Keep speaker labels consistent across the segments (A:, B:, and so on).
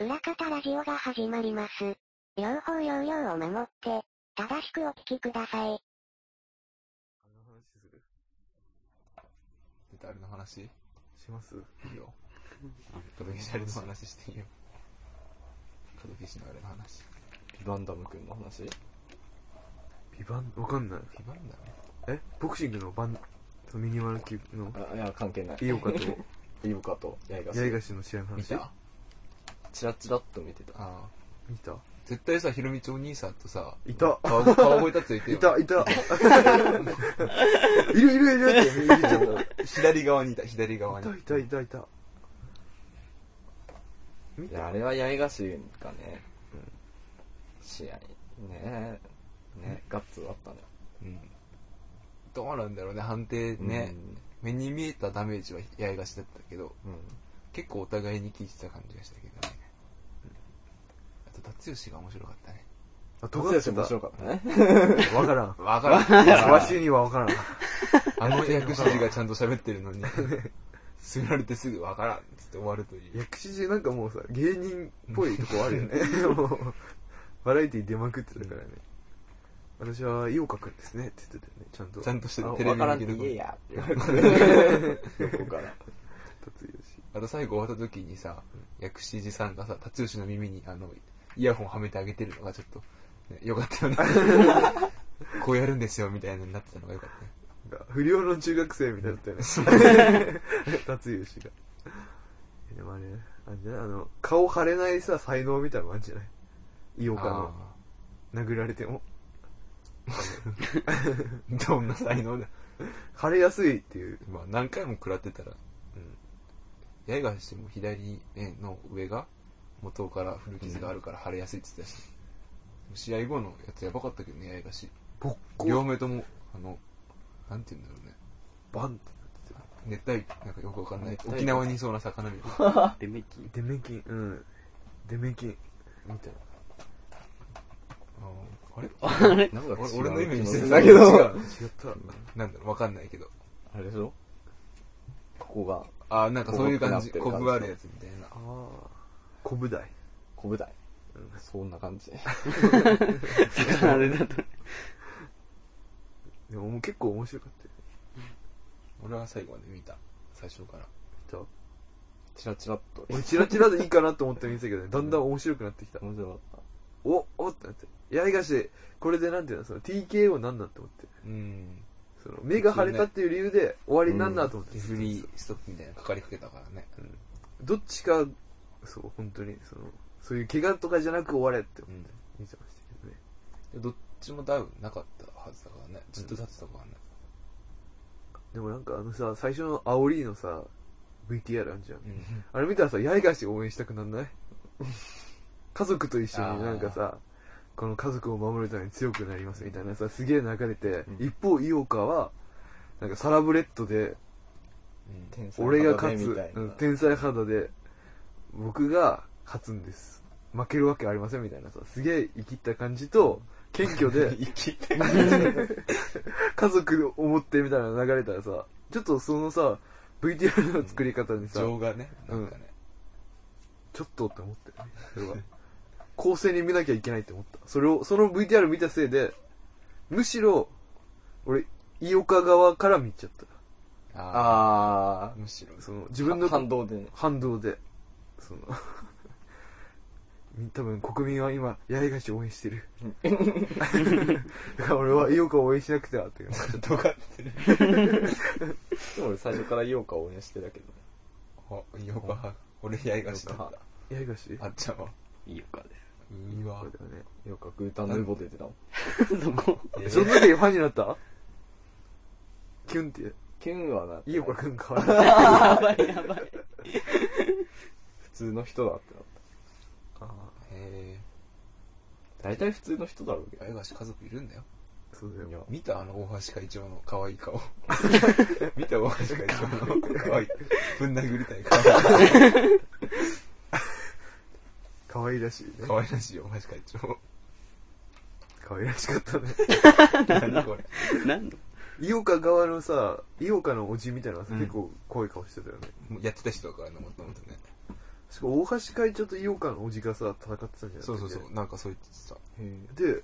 A: 裏方ラジオが始まります。両方要領を守って、正しくお聞きください。
B: あの話するで、誰の話しますいいよ。届けシャレの話していいよ。届けしながらの話。
C: ビバンダム君の話
B: ビバン、わかんない。
C: ビバンダ
B: え
C: ム
B: ボクシングのバン、ミニマル級の。
C: あ、いや、関係ない。
B: いいおかと。
C: いいおかと、
B: 八重樫。八重樫の試合の話。
C: 見たチラチラっと見てた。
B: ああ。見た
C: 絶対さ、ひろみちお兄さんとさ、
B: いた
C: 顔、顔覚えたついて。
B: いた、いた。 いるいるいるって見ちゃった
C: 左側にいた、左側に。
B: いた、いた、いた、い
C: た。いや、あれは八重樫がね、うん、試合、ねね、ガッツがあったね。
B: うん。
C: どうなんだろうね、判定ね。うん、目に見えたダメージは八重樫だったけど、うん、結構お互いに効いてた感じがしたけどね。達吉が面白かったね。
B: あ、徳吉
C: 面白かったね。
B: わからん。
C: わから
B: ん。わしにはわからん。。
C: あの薬師寺がちゃんと喋ってるのに、すめられてすぐわからんっつって終わるという
B: 薬師寺なんかもうさ、芸人っぽいとこあるよね。 バラエティ出まくってたからね。私は、井岡くんですねって言ってたよね、ちゃんと。
C: ちゃんとして
B: テ
C: レビに
A: 出てやって言われ
C: て。横から。
B: 達吉。
C: あと最後終わった時にさ、薬師寺さんがさ、達吉の耳にあの、イヤホンはめてあげてるのがちょっと、ね、よかったよね。こうやるんですよ、みたいなになってたのがよかったね。
B: 不良の中学生みたいだったよね。達吉が。でもあれ、あれじゃないあの、顔腫れないさ、才能みたいなのあるんじゃない井岡の。殴られても。
C: どんな才能だ
B: 腫れやすいっていう。
C: まあ何回も食らってたら、うん。八重樫も左の上が元から古傷があるから腫れやすいって言ってたし、うん、試合後のやつやばかったけどね、やいがし。
B: ぼっこ
C: 両目とも、あの、なんて言うんだろうね。
B: バンってな
C: ってた。熱帯、なんかよくわかんない。沖縄にいそうな魚み
A: たいな。デメキン。
B: デメキン、うん。デメキン。みたいな。
C: あれ
A: あれ
C: なんか俺のイメージして。
B: たけど。違った
C: なんだろう、わかんないけど。
A: あれでしょここが。
C: ああ、なんかそういう感じ。コブがあるやつみたいな。あ
B: あ。コブダイ。
A: コブダイ。
C: うん、そんな感じ。
A: 魚あれだと。
B: でももう結構面白かったよね。
C: 俺は最後まで見た。最初から。
B: 見た
C: チラチラっと。
B: 俺チラチラでいいかなと思って見てたけど、ね、だんだん面白くなってきた。
C: 面白かった。
B: おおってなって。いやいがし、これでなんていうの、その TKO なんなんて思って。
C: うん。
B: その目が腫れたっていう理由で終わりになんなと思って。
C: フリーストップみたいなかかりかけたからね。
B: うん。どっちかそう、本当に、その、そういう怪我とかじゃなく終われって思って、見てましたけどね。
C: うん、どっちもダウンなかったはずだからね。ずっと立ってたからね、
B: うん。でもなんかあのさ、最初の煽りのさ、VTR あんじゃん。うん、あれ見たらさ、八重樫応援したくなんない家族と一緒になんかさ、この家族を守るために強くなりますみたいなさ、すげえ流れて、うん、一方、井岡は、なんかサラブレッドで、 俺が勝つ、天才肌で、僕が勝つんです。負けるわけありませんみたいなさ、すげえ生きった感じと、謙虚で、
C: 生きった感じ
B: 家族を思ってみたいな流れたらさ、ちょっとそのさ、VTR の作り方にさ、
C: 情、うん、がね、なんかね、うん、
B: ちょっとって思ったよね。それは。公正に見なきゃいけないって思った。それを、その VTR 見たせいで、むしろ、俺、井岡側から見ちゃった。
C: ああ、むしろ。
B: その、自分の
A: 反動でね。
B: 反動で。その 多分国民は今、八重樫応援 してる。だから俺は井岡を応援しなくてはって
C: 感じ。とかってる。
A: でも俺最初から井岡を応援してたけ
C: どね。あ、井岡派。俺八重樫だった。
B: 八重樫
C: あっちゃんは。
A: 井岡です。
C: うわ。
B: だよね。
A: 井岡グータンヌーボ出てたもん。
B: そこ。その時ファンになったキュンって。
A: キュンはな。
B: 井岡くんか
A: わいい。やばいやばい。普通の人だってなった。
C: ああ、へえ。
A: 大体普通の人だろうけど。
C: あやがし家族いるんだよ。
B: そうだよ。
C: 見たあの大橋会長の可愛い 顔。見た大橋会長の可愛い。ぶん殴りたい顔。
B: 可愛いらしいね。
C: 可愛いらしいよ、大橋会長。
B: 可愛らしかったね。
C: 何こ
A: れ。何
B: 井岡側のさ、井岡のおじみたいなのは、うん、結構怖い顔してたよね。
C: やってた人だからね、もともとね。
B: しかも大橋会長と井岡のおじがさ、戦ってたんじゃない
C: そうそうそう、なんかそう言ってた。
B: で、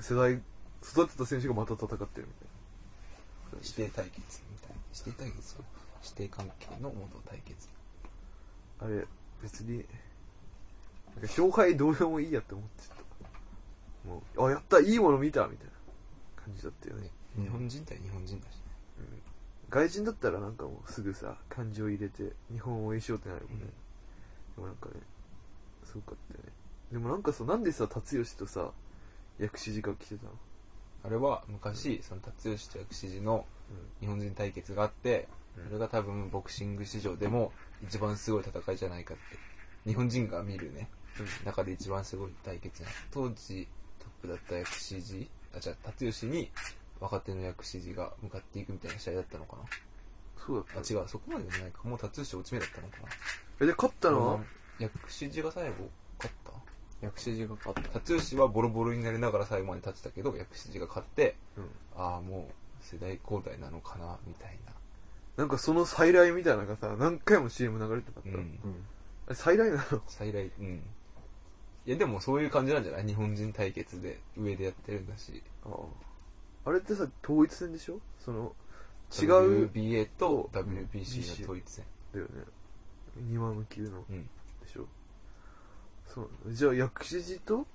B: 世代、育てた選手がまた戦ってるみたいな。
C: 指定対決みたいな。指定対決か指定関係の元対決。
B: あれ、別に、なんか勝敗同様もいいやって思ってた。もう、あ、やった、いいもの見たみたいな感じだったよね
C: ね。日本人対日本人だしね。
B: 外人だったらなんかもうすぐさ、感情入れて、日本を応援しようってなるもんね。でもなんかね、すごかったよね。でもなんかさ、なんでさ、達吉とさ、薬師寺が来てたの
C: あれは昔、その辰吉と薬師寺の日本人対決があって、
B: うん
C: それが多分ボクシング史上でも一番すごい戦いじゃないかって。日本人が見るね、中で一番すごい対決なの当時トップだった薬師寺、あ、じゃあ、辰吉に若手の薬師寺が向かっていくみたいな試合だったのかな。
B: そうだった
C: あ、違う、そこまでじゃないか。もう辰吉落ち目だったのかな。
B: え、で、勝ったのは、
C: 薬師寺が最後、勝った
D: 薬師寺が勝った。
C: 辰吉はボロボロになりながら最後まで立ってたけど薬師寺が勝って
B: うん
C: ああもう世代交代なのかなみたい
B: なんかその再来みたいなのがさ、何回も CM 流れてなかった。
C: な、うん、
D: うん。
B: あれ再来なの
C: 再来うんいやでもそういう感じなんじゃない日本人対決で上でやってるんだし
B: ああれってさ、統一戦でしょその、違う、
C: WBA と
B: うん
C: WBC の統一戦
B: だよね。2万の級の、
C: うん
B: でしょそうなんだじゃあ、薬師寺と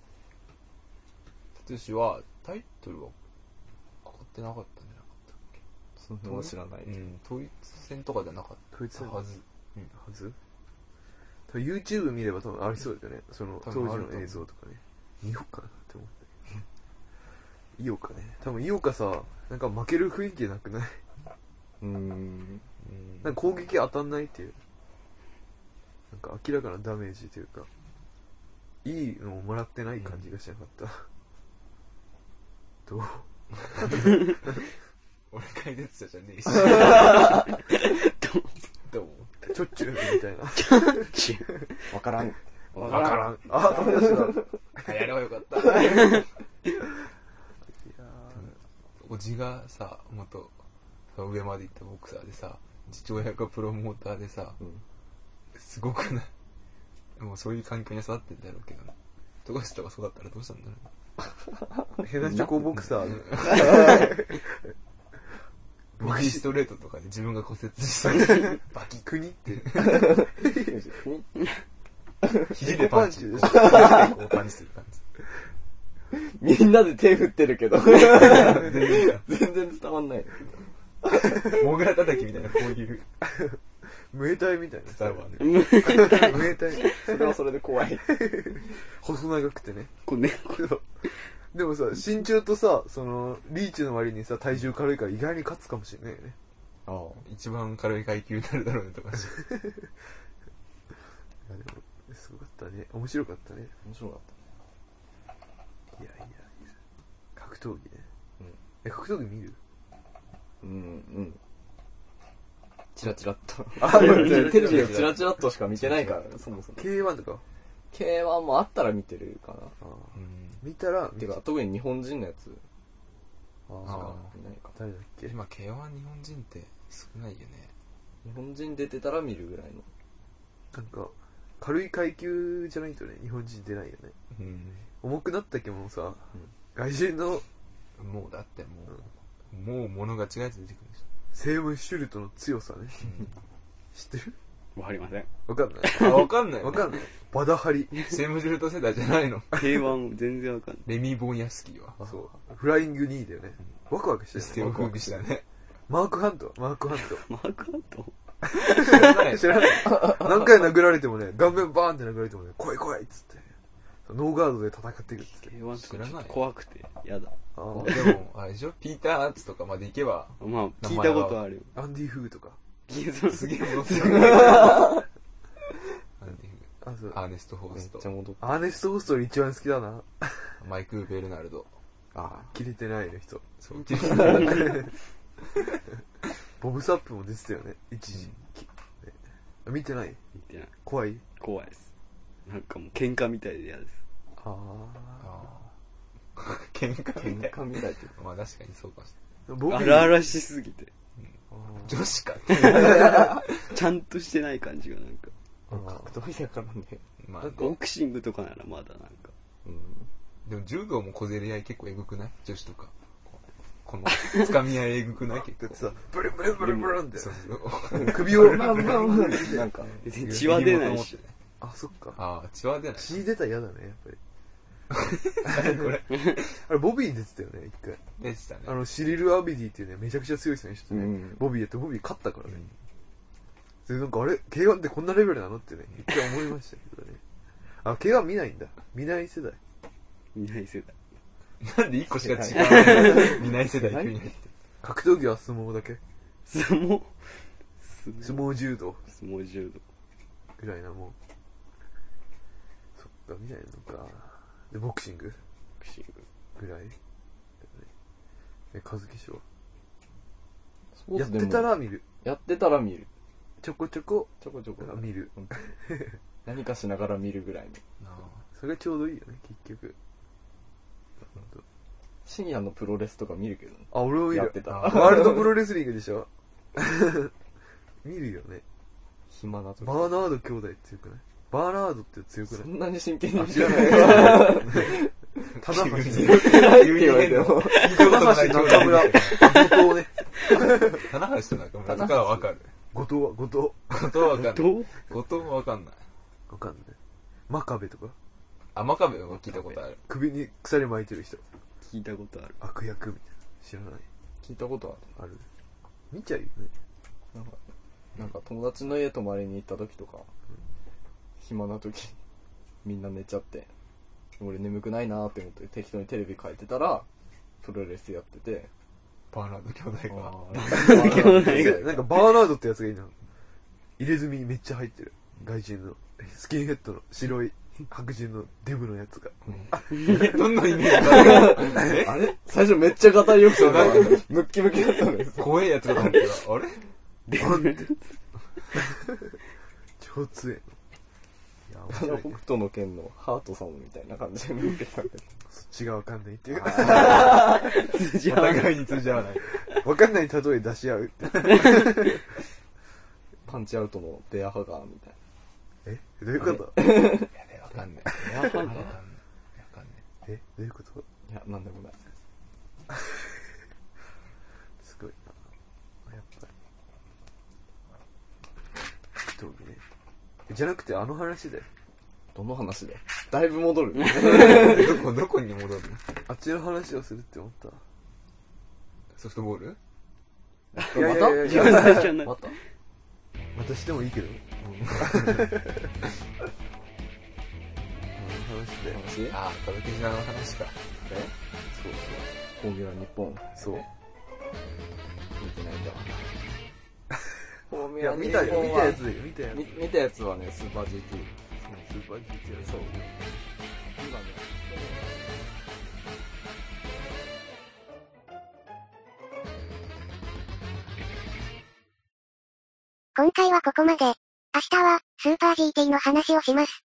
C: 辰吉はタイトルはかかってなかったんじゃなかったっ
D: そんなの知らない
C: け、。うん、統一戦とかじゃなかっ
B: 統一
C: た
B: 戦
C: はず
B: はず多分 YouTube 見れば多分ありそうだよね。その
C: 多
B: 当
C: 分あ
B: 時
C: ると思う
B: の映像とかね。見ようかなって思って。井岡ね。多分井岡さ、なんか負ける雰囲気なくない
D: うん。
C: うん
B: なんか攻撃当たんないっていう。なんか明らかなダメージというか、いいのをもらってない感じがしなかった。どう
C: 俺解説者じ ゃねえしどうも
B: ちょっちゅうみたいな。
D: わから ん。わ
B: わからん。あ、飛び出した。い
C: あやればよか った。
B: や
C: おじがさ、元、上まで行ったボクサーでさ、父親がプロモーターでさ、
D: うん
C: すごくないもうそういう環境に育ってんだろうけどね。富樫とかそうだったらどうしたんだろ
B: ーヘナチョコボクサー。
C: う。右ストレートとかで自分が骨折した りバキ
B: 国って。
C: 肘でパンチ。
B: エコ
C: こうこうパンチする感じ。
D: みんなで手振ってるけど、
C: 全 然
D: 全然伝わんない。
C: モグラ叩きみたいな、こういう
B: ムエタイみたいな。
C: スターはね。
B: ムエタイ。
D: それはそれで怖い。
B: 細長くてね。
D: こうね、
B: でもさ、身長とさ、その、リーチの割にさ、体重軽いから意外に勝つかもしれないよね。
D: ああ。
C: 一番軽い階級になるだろうね、とか。
B: いやでも、すごかったね。面白かったね。
D: 面白かっ
B: いやいやいや。格闘技ね。え、格闘技見る
D: た。うん、うん。チラチラっと。
B: あ
D: テレビをチラチラっとしか見てないから、そもそも。
B: K1 とか
D: K1 もあったら見てるか
B: ああ
C: うん
B: 見たら、
D: な。
B: 見
D: て
B: た
D: か、特に日本人のやつし
B: あ
D: か
B: あ。
D: 見ないか。
B: 誰だっけ
C: 今、K1 日本人って少ないよね。
D: 日本人出てたら見るぐらいの。
B: なんか、軽い階級じゃないとね、日本人出ないよね。
C: うん。
B: 重くなったけどもさ
D: うん、
B: 外人の
C: もうだってもう、もう物が違うやつ出てくるでし
B: セームシュルトの強さね。知ってる
E: わかりません。
B: わかんない。
C: ょ。あ、わかんない、
B: わか
C: ん
B: んない。バダハリ。
C: セムジュルト世代じゃないの。
E: K1 全然わかんない。
C: レミー・ボンヤスキーは。
B: そう。フライング2だよね。ワクワクし
C: シス
B: た
C: テ
B: よ
C: ム
B: ね。
C: 風靡したね。
B: マークハント、マークハン
E: マークアウト
B: ト。知らない。何回殴られてもね、顔面バーンって殴られてもね、来い来いっつって。ノーガードで戦っていくっつって。
E: ?K1 と
C: 知ら
E: か
C: ない
E: ちょっと怖くて、やだ。
B: あー
C: でも、あれでしょピーター・アーツとかまで行けば、
E: まあ、聞いたことあるよ。
B: アンディ・フーとか。
C: すげえ戻ってくる。なんていう
B: あ、そう。
C: アーネスト・ホー
D: めっ
C: スト
D: ちゃ、戻っ
B: アーネスト・ホーストリー一番好きだな。
C: マイク・ベルナルド。
D: あ
B: 切れてないの人。
C: そう、キリンの
B: ボブ・サップも出てたよね、一時。きね見てない
E: 見てない。
B: 怖い
E: 怖いです。なんかもう喧嘩みたいで嫌です。
B: あ
C: あー喧嘩みた
D: 喧
C: いな
D: 嘩みたいっていうか
C: まあ確かにそうかもし
B: あ。僕
E: 荒々しすぎて。
B: あー
C: れない。女子か。
E: ちゃんとしてない感じがなんか。
D: 格闘技だからね。
C: まあ
E: なん
C: ね、
E: かボクシングとかならまだなんか。
D: うん。
C: でも柔道も小競り合い結構えぐくない女子とか。この、つかみ合いえぐく ない結
B: だって
C: 構。
B: さ、ブルンブルンブルンブルンって
C: そ、うそう。
B: 首を、
D: なんか、
E: 別に血は出ないし。
B: あ、そっか。
C: ああ、血は出ない。
B: 血出たら嫌だね、やっぱり。あれ、ボビーに出てたよね、一回。
C: 出てたね。
B: あの、シリル・アビディっていうね、めちゃくちゃ強い選手とね、
D: うん
B: ボビーやって、ボビー勝ったからね。で、なんかあれ、K1 ってこんなレベルなのってね、一回思いましたけどね。あ、K1 見ないんだ。見ない世代。
E: 見ない世代。
C: なんで一個しか違 う。見ない世代急に入って。
B: 格闘技は相撲だけ。
E: 相撲、相撲
B: 相撲柔道
E: 相撲柔道。
B: ぐらいな、もう。そっか、見ないのか。で、ボクシング
E: ボクシング。
B: ぐらい。だよねえ、和樹賞。
D: スポ
B: やっ
D: ーツでも
B: てた、ら見る。
D: やってたら見る。
B: ちょこちょこ
D: ちょこちょこ。
B: 見る。
D: 何かしながら見るぐらいの。
C: あ
B: それがちょうどいいよね、結局。
D: 深夜のプロレスとか見るけどね
B: あ、俺も見
D: や
B: る
D: っ。てた。
B: ワールドプロレスリングでしょ 見るよね。
D: 暇な時。
B: バーナード兄弟強くないバーナードって強く
D: そ
B: ない
D: んなに真剣に見てない。
B: ただ橋、
D: ないって言われても。
B: ただ橋中村、後藤ね。
C: 棚橋と中村とかはわかる。
B: 後藤は、後藤。
C: 後藤はわかんない。
E: どう
C: 後藤はわかんない。
B: わかんない。真壁とか
C: 甘壁は聞いたことある。
B: 首に鎖巻いてる人。
E: 聞いたことある。
B: 悪役みたいな。知らない。
D: 聞いたことあ
B: ある。見ちゃうよね。
D: る。なんか、なんか友達の家泊まりに行った時とか、暇な時、みんな寝ちゃって、俺眠くないなーって思って適当にテレビ変えてたら、プロレスやってて、
C: バーナード兄弟が。
D: あ
E: 兄弟
B: なんかバーナードってやつがいいな。入れ墨にめっちゃ入ってる。外人の。スキンヘッドの白い白人のデブのやつが。
C: どんなイメージがある
D: あれ最初めっちゃ語りよく
C: な
D: て、
C: んか
D: ムッキムキだったんです。
C: 怖いやつがと思ったら、あれ
B: バンって。超強いの。いや、面
D: あ
B: 白い
D: の、
B: ね
D: 北。斗の剣のハートさんみたいな感じで見てたんです。
B: そっちがわかんないっていう。
E: 通じ
C: お
E: 合わない。
C: 互いに通じ合わない。
B: わかんない例え出し合うって。
D: パンチアウトのベアハガーみたい
B: えどういうこと
C: やべ、わかんない。わかん ない。わかんない。
B: えどういうこと
D: な。いや、なんでもない。
B: すごいな。やっぱり。格闘技ね。じゃなくてあの話だよ。
D: どの話でだいぶ戻る。
C: どこ、どこに戻るの
B: あっちの話をするって思ったわ。
C: ソフトボール
B: いやいやいやい
E: 自分
B: や、
E: 最初にな
D: ま
E: った
B: またしてもい いけど。あの話で。
D: 話え
C: ああ、歌舞伎島の話か。
D: そうそう。フォーミュラ日本。
B: そう。
D: 見てないんだわ。フォーミ
B: い
D: ュ
B: や、
D: ラ
B: 見
D: 日
B: たよ、見
D: 本
B: た
D: は
B: やつだよ、見たやつ。
D: み見たやつはね、スーパー GT。
B: スーパー GTR。
D: そう。今ね、
A: 今回はここまで。明日は、スーパー GT の話をします。